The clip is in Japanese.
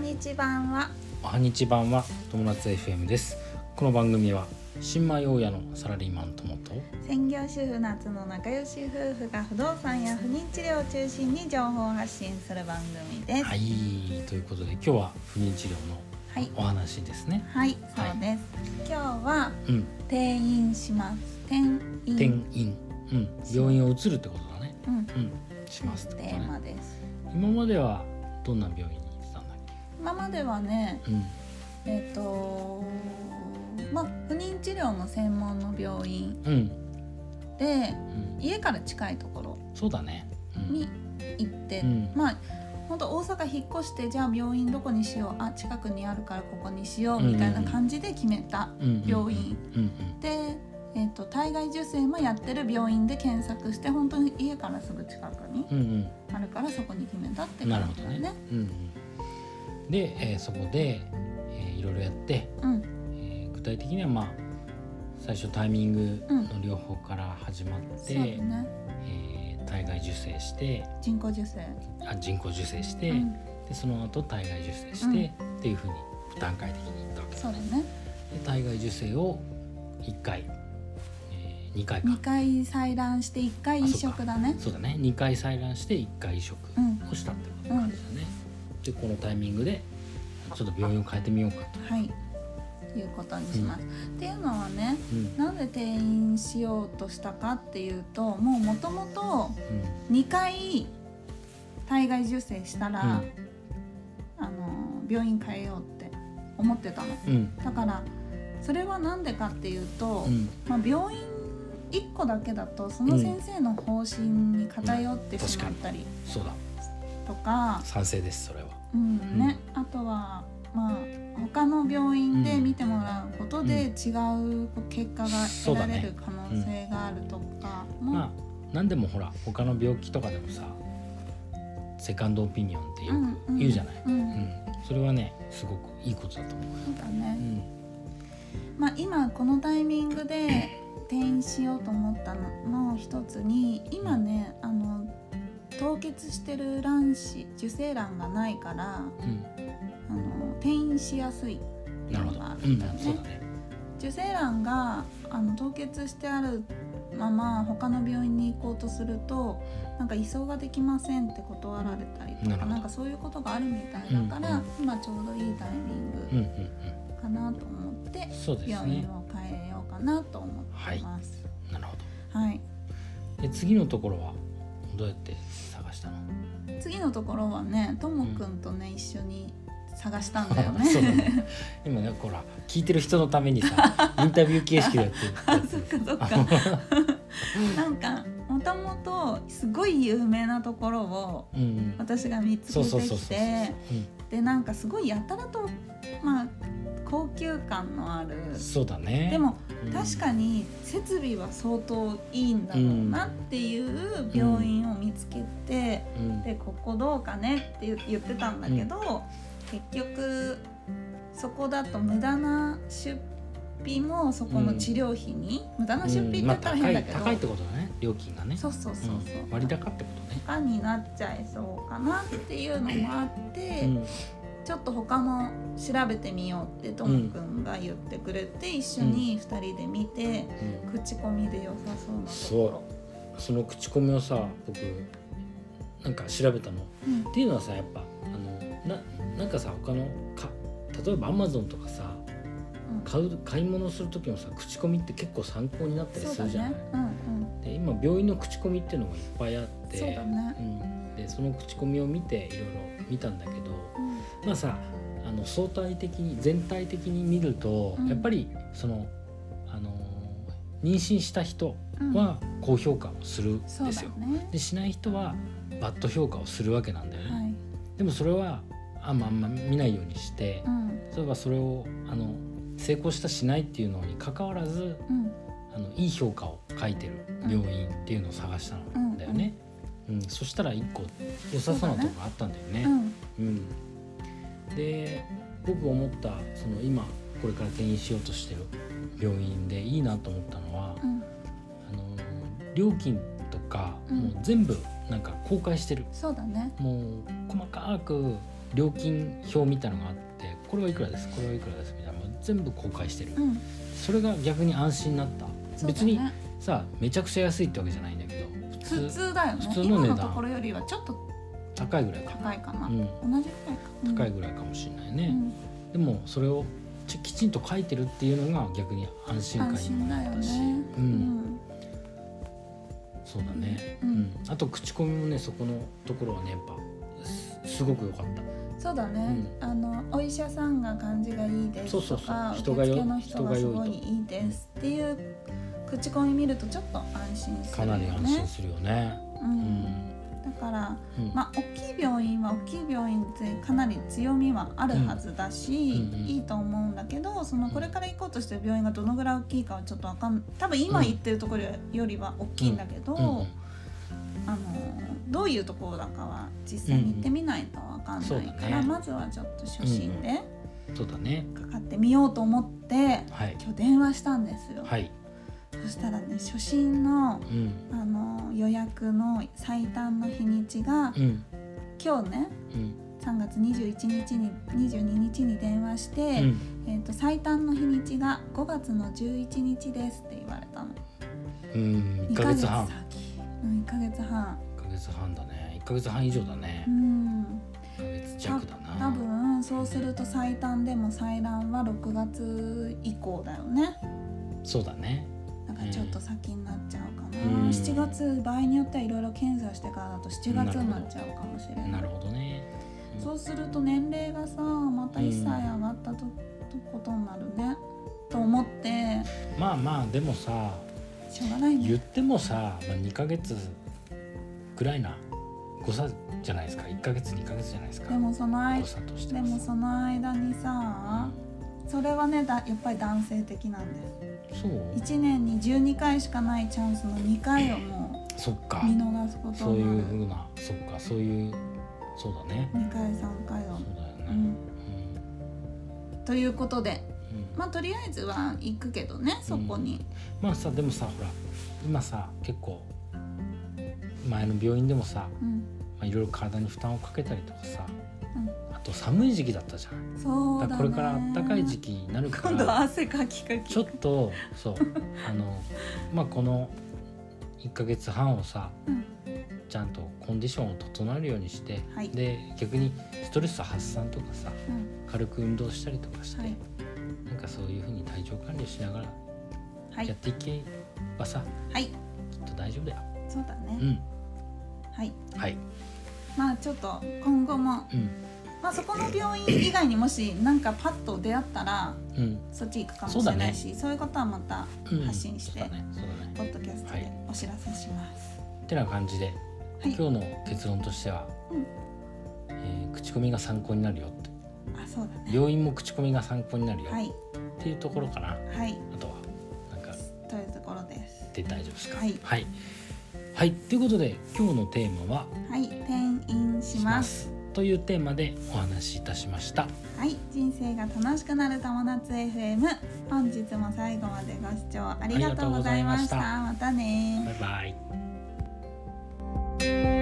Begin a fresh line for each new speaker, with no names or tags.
日版は
おはにち版は友達 FM ですこの番組は新米大家のサラリーマン友と
専業主婦夏の仲良し夫婦が不動産や不妊治療を中心に情報を発信する番組です
はいということで今日は不妊治療の
はい
お話ですね
はい、そうです、今日は
うん
転院します転院
転院うん病院を移るってことだね
うん
うんしますってこと
テーマ
ね
です
今まではどんな病院に行ってたんだっ
今まではね
けうん
えっ、とまあ不妊治療の専門の病院
うん
で
うん
家から近いところ
そうだねうん
に行って、
うん
まあ本当大阪引っ越してじゃあ病院どこにしようあ近くにあるからここにしようみたいな感じで決めた、
うん
病院
うん
で、えー、と体外受精もやってる病院で検索して本当に家からすぐ近くに
うんうんうん
あるからそこに決めたって
うんなる
感
ほ
じ
ど
だね
ねうんうんでえーそこでえーいろいろやって
うん
えー具体的にはまあ最初タイミングの療法から始まっ
そ
て、
うだね
えー体外受精して
人工受精
あ人工受精して、
うん
でその後体外受精して、っていうふうに段階的にいったわけ
そうだね
で体外受精を1回、え2回か
2回採卵して1回
あ
移
そっか
植だね
そうだね2回採卵して1回移植
うん
をしたってこと感じだね、でこのタイミングでちょっと病院を変えてみようかと、
はいいうことにします、っていうのはね
うん
なんで転院しようとしたかっていうともうもともと2回体外受精したら、あの病院変えようって思ってたの
うんうん
だからそれは何でかっていうと、
うん
まあ、病院1個だけだとその先生の方針に偏って
うん
しまったり
そうだ
とか、
賛成ですそれは
うんねあとは、まあ、他の病院で見てもらうことで違う結果が
そ
得
うだ
ら
ね
れる可能性があるとかも、
まあ何でもほら他の病気とかでもさセカンドオピニオンってよく言うじゃない、
うん
うんそれはねすごくいいことだと思うよ、
そうだね、
うん
まあ、今このタイミングで転院しようと思ったのの一つに今ねあの凍結してる卵子受精卵がないから
う
あの転院しやすい
ん、なるほど、
まあ
うん
だね
そうだね
受精卵があの凍結してあるまま他の病院に行こうとするとなんか移送ができませんって断られたりと
な
か
るほど
なんかそういうことがあるみたいだから、
うんうん
今ちょうどいいタイミン
うん
グ
うんう
かなと思って
んそうです
病院
ね
を変えようかなと思ってます。
なるほ
はい
どで次のところはどうやって探したの
次のところはねともくんとね、一緒に探したんだよ
そうだ
ね。
ね今ねほら聞いてる人のためにさインタビュー形式でやってる
あそっかそっかなんかもともとすごい有名なところを
うんうん
私が見つ
そ
け
うそうそ
てき
うそう、
て
う
でなんかすごいやたらとまあ高級感のある
ん、そうだね
でも
うん
確かに設備は相当いいんだろうなっていう病院を見つけて。
うん
でここどうかねって言ってたんだけど、結局そこだと無駄な出費もそこの治療費に、無駄な出費って
うん
言ったら変だけど、
まあ、高い高いってことだね料金がね
そうそうそうそう、
ん、割高ってこ
高になっちゃいそうかなっていうのもあって、
とね、うん、
ちょっと他も調べてみようってともくんが言ってくれて、一緒に2人で見て、口コミで良さそうなとこ
その口コミをさ僕なんか調べたのっ
ろ、うん
ていうのはさやっぱあのななんかさ他のか例えばアマゾンとかさ買う買い物する時のさ口コミって結構参考になったり
そう
す
だ
るじゃない、
ね、うん
で今病院の口コミっていうのもいっぱいあっ
うん、
て
そうだね、
うん、でその口コミを見ていろいろ見たんだけど
うん
まあさあの相対的に全体的に見ると、
うん
やっぱりそのあの妊娠した人
うん
は高評価をするんです
そ
よ
う。だね
でしない人はバッド評価をするわけなんだよね。
はい、
でもそれはあんまあんま見ないようにして
う、ん
例えばそれをあの成功したしないっていうのに関わらず
うん
あのいい評価を書いてる病院っていうのを探したんだよね。うんそしたら一個良さそうなとこがあったんだよね。
うん
うん、で僕思ったその今これから転院しようとしてる病院でいいなと思ったのは、
うん
あの料金とか
うん
もう全部なんか公開してる、
そうだね
もう細かく料金表みたいなのがあってこれはいくらですこれはいくらですみたいなもう全部公開してる、
うん
それが逆に安心になった、
そうだ
別に
ね
さめちゃくちゃ安いってわけじゃないんだけど普
普
通
通だよね
普通の
今
値
の
段
ところよりはちょっと
高いぐらいか
高いかな、
な、うん、
同じくらいか
高いぐらいかもしれない
う
ね、
ん
でもそれをちきちんと書いてるっていうのが逆に安心感
安
に
心
も
だ
な
よ
ったし、
ね
う、
うんん
そうだね、
う
うんんあと口コミもねそこのところはねやっぱすすごく良かった
そうだね、
うん
あのお医者さんが感じがいいです
そうそ
と
うそう
か
人がよ
受付の人がすごい
人が良いと
いいですっていう口コミ見るとちょっと安心す
か
るよ
な
ね
り安心するよね
う
うんん、
だから
うん
まあ大きい病院は大きい病院ってかなり強みはあるはずだし、
うんうんうん
いいと思うんだけどそのこれから行こうとしてる病院がどのぐらい大きいかはちょっとわかん多分今行ってるところよりは大きいんだけど、
うんうん
あのどういうところだかは実際に行ってみないとわかんないか
うんうんそう
ら、
だね
まずはちょっと初心で
そうだね
かかってみようと思って
はい
今日電話したんですよ、
はい、
そしたらね初心の
うん
あの予約の最短の日にちが
うん
今日ね
うん
3月21日に22日に電話して、
うん
えー、と最短の日にちが5月の11日ですって言われたの
うん1
2
ヶ月半
先うん1ヶ月半
1ヶ月半だね1ヶ月半以上だね
うん
1ヶ月弱だな
多分そうすると最短でも最短は6月以降だよね
そうだね
だからちょっと先になっちゃうかな、
うん
7月場合によってはいろいろ検査してからだと7月になっちゃうかもしれない
なるほどね
そうすると年齢がさまた1歳
うん
上がったと,、ことになるねと思って
まあまあでもさ
しょうがない
言
ね
ってもさ、まあ、2ヶ月ぐらいな誤差じゃないですか1ヶ月2ヶ月じゃないですか
でもその間
誤差として
で
は
も
さ
その間にさそれはねだやっぱり男性的なんで
そう
す1年に12回しかないチャンスの2回をも
そっ
う
か
見逃すこと
そう
に
いう
な
ふ
る
うなそっかそういうそうだね
2回3回
そ
を
う、だよね
う
うんん、
ということで
うん
まあとりあえずは行くけどねそこに、
まあさでもさほら今さ結構前の病院でもさ、
うん
まあ、いろいろ体に負担をかけたりとかさ
う
あと寒い時期だったじゃん
ん、そうだ
だ
ね
からこれから暖かい時期になるか
今度
ら
は汗かきかき
ちょっとそうあのまあこの1ヶ月半をさ
うん
ちゃんとコンディションを整えるようにして、
はい
で逆にストレス発散とかさ
うん
軽く運動したりとかして、
はい
なんかそういうふうに体調管理をしながら
は
や
い、
っていけばさ、
はい、
きっと大丈夫だよ。
そうだ
う
ね、
ん、
はい
はい、
まあちょっと今後も、
うん、
まあ、そこの病院以外にもしなんかパッと出会ったら
うん、
そっち行くかもしれないしそう,、いうことはまた
うん、
発信して
そうだね、そうだね。
ポッドキャスト
は
で
い
お知らせします。
ってな感じで、
はい、
今日の結論としては、
うん
えー口コミが参考になるよって、
あそうだね。
病院も口コミが参考になるよ
はい
っていうところかな。
はい
あとはなんか
というところです。
で大丈夫ですか。
はい
はい、はい、ということで今日のテーマは
はい転院します。
というテーマでお話しいたしました。
はい人生が楽しくなる友達 FM 本日も最後までご視聴ありがとうございました。
ありがとうございました
またね
バイバ
「
イ。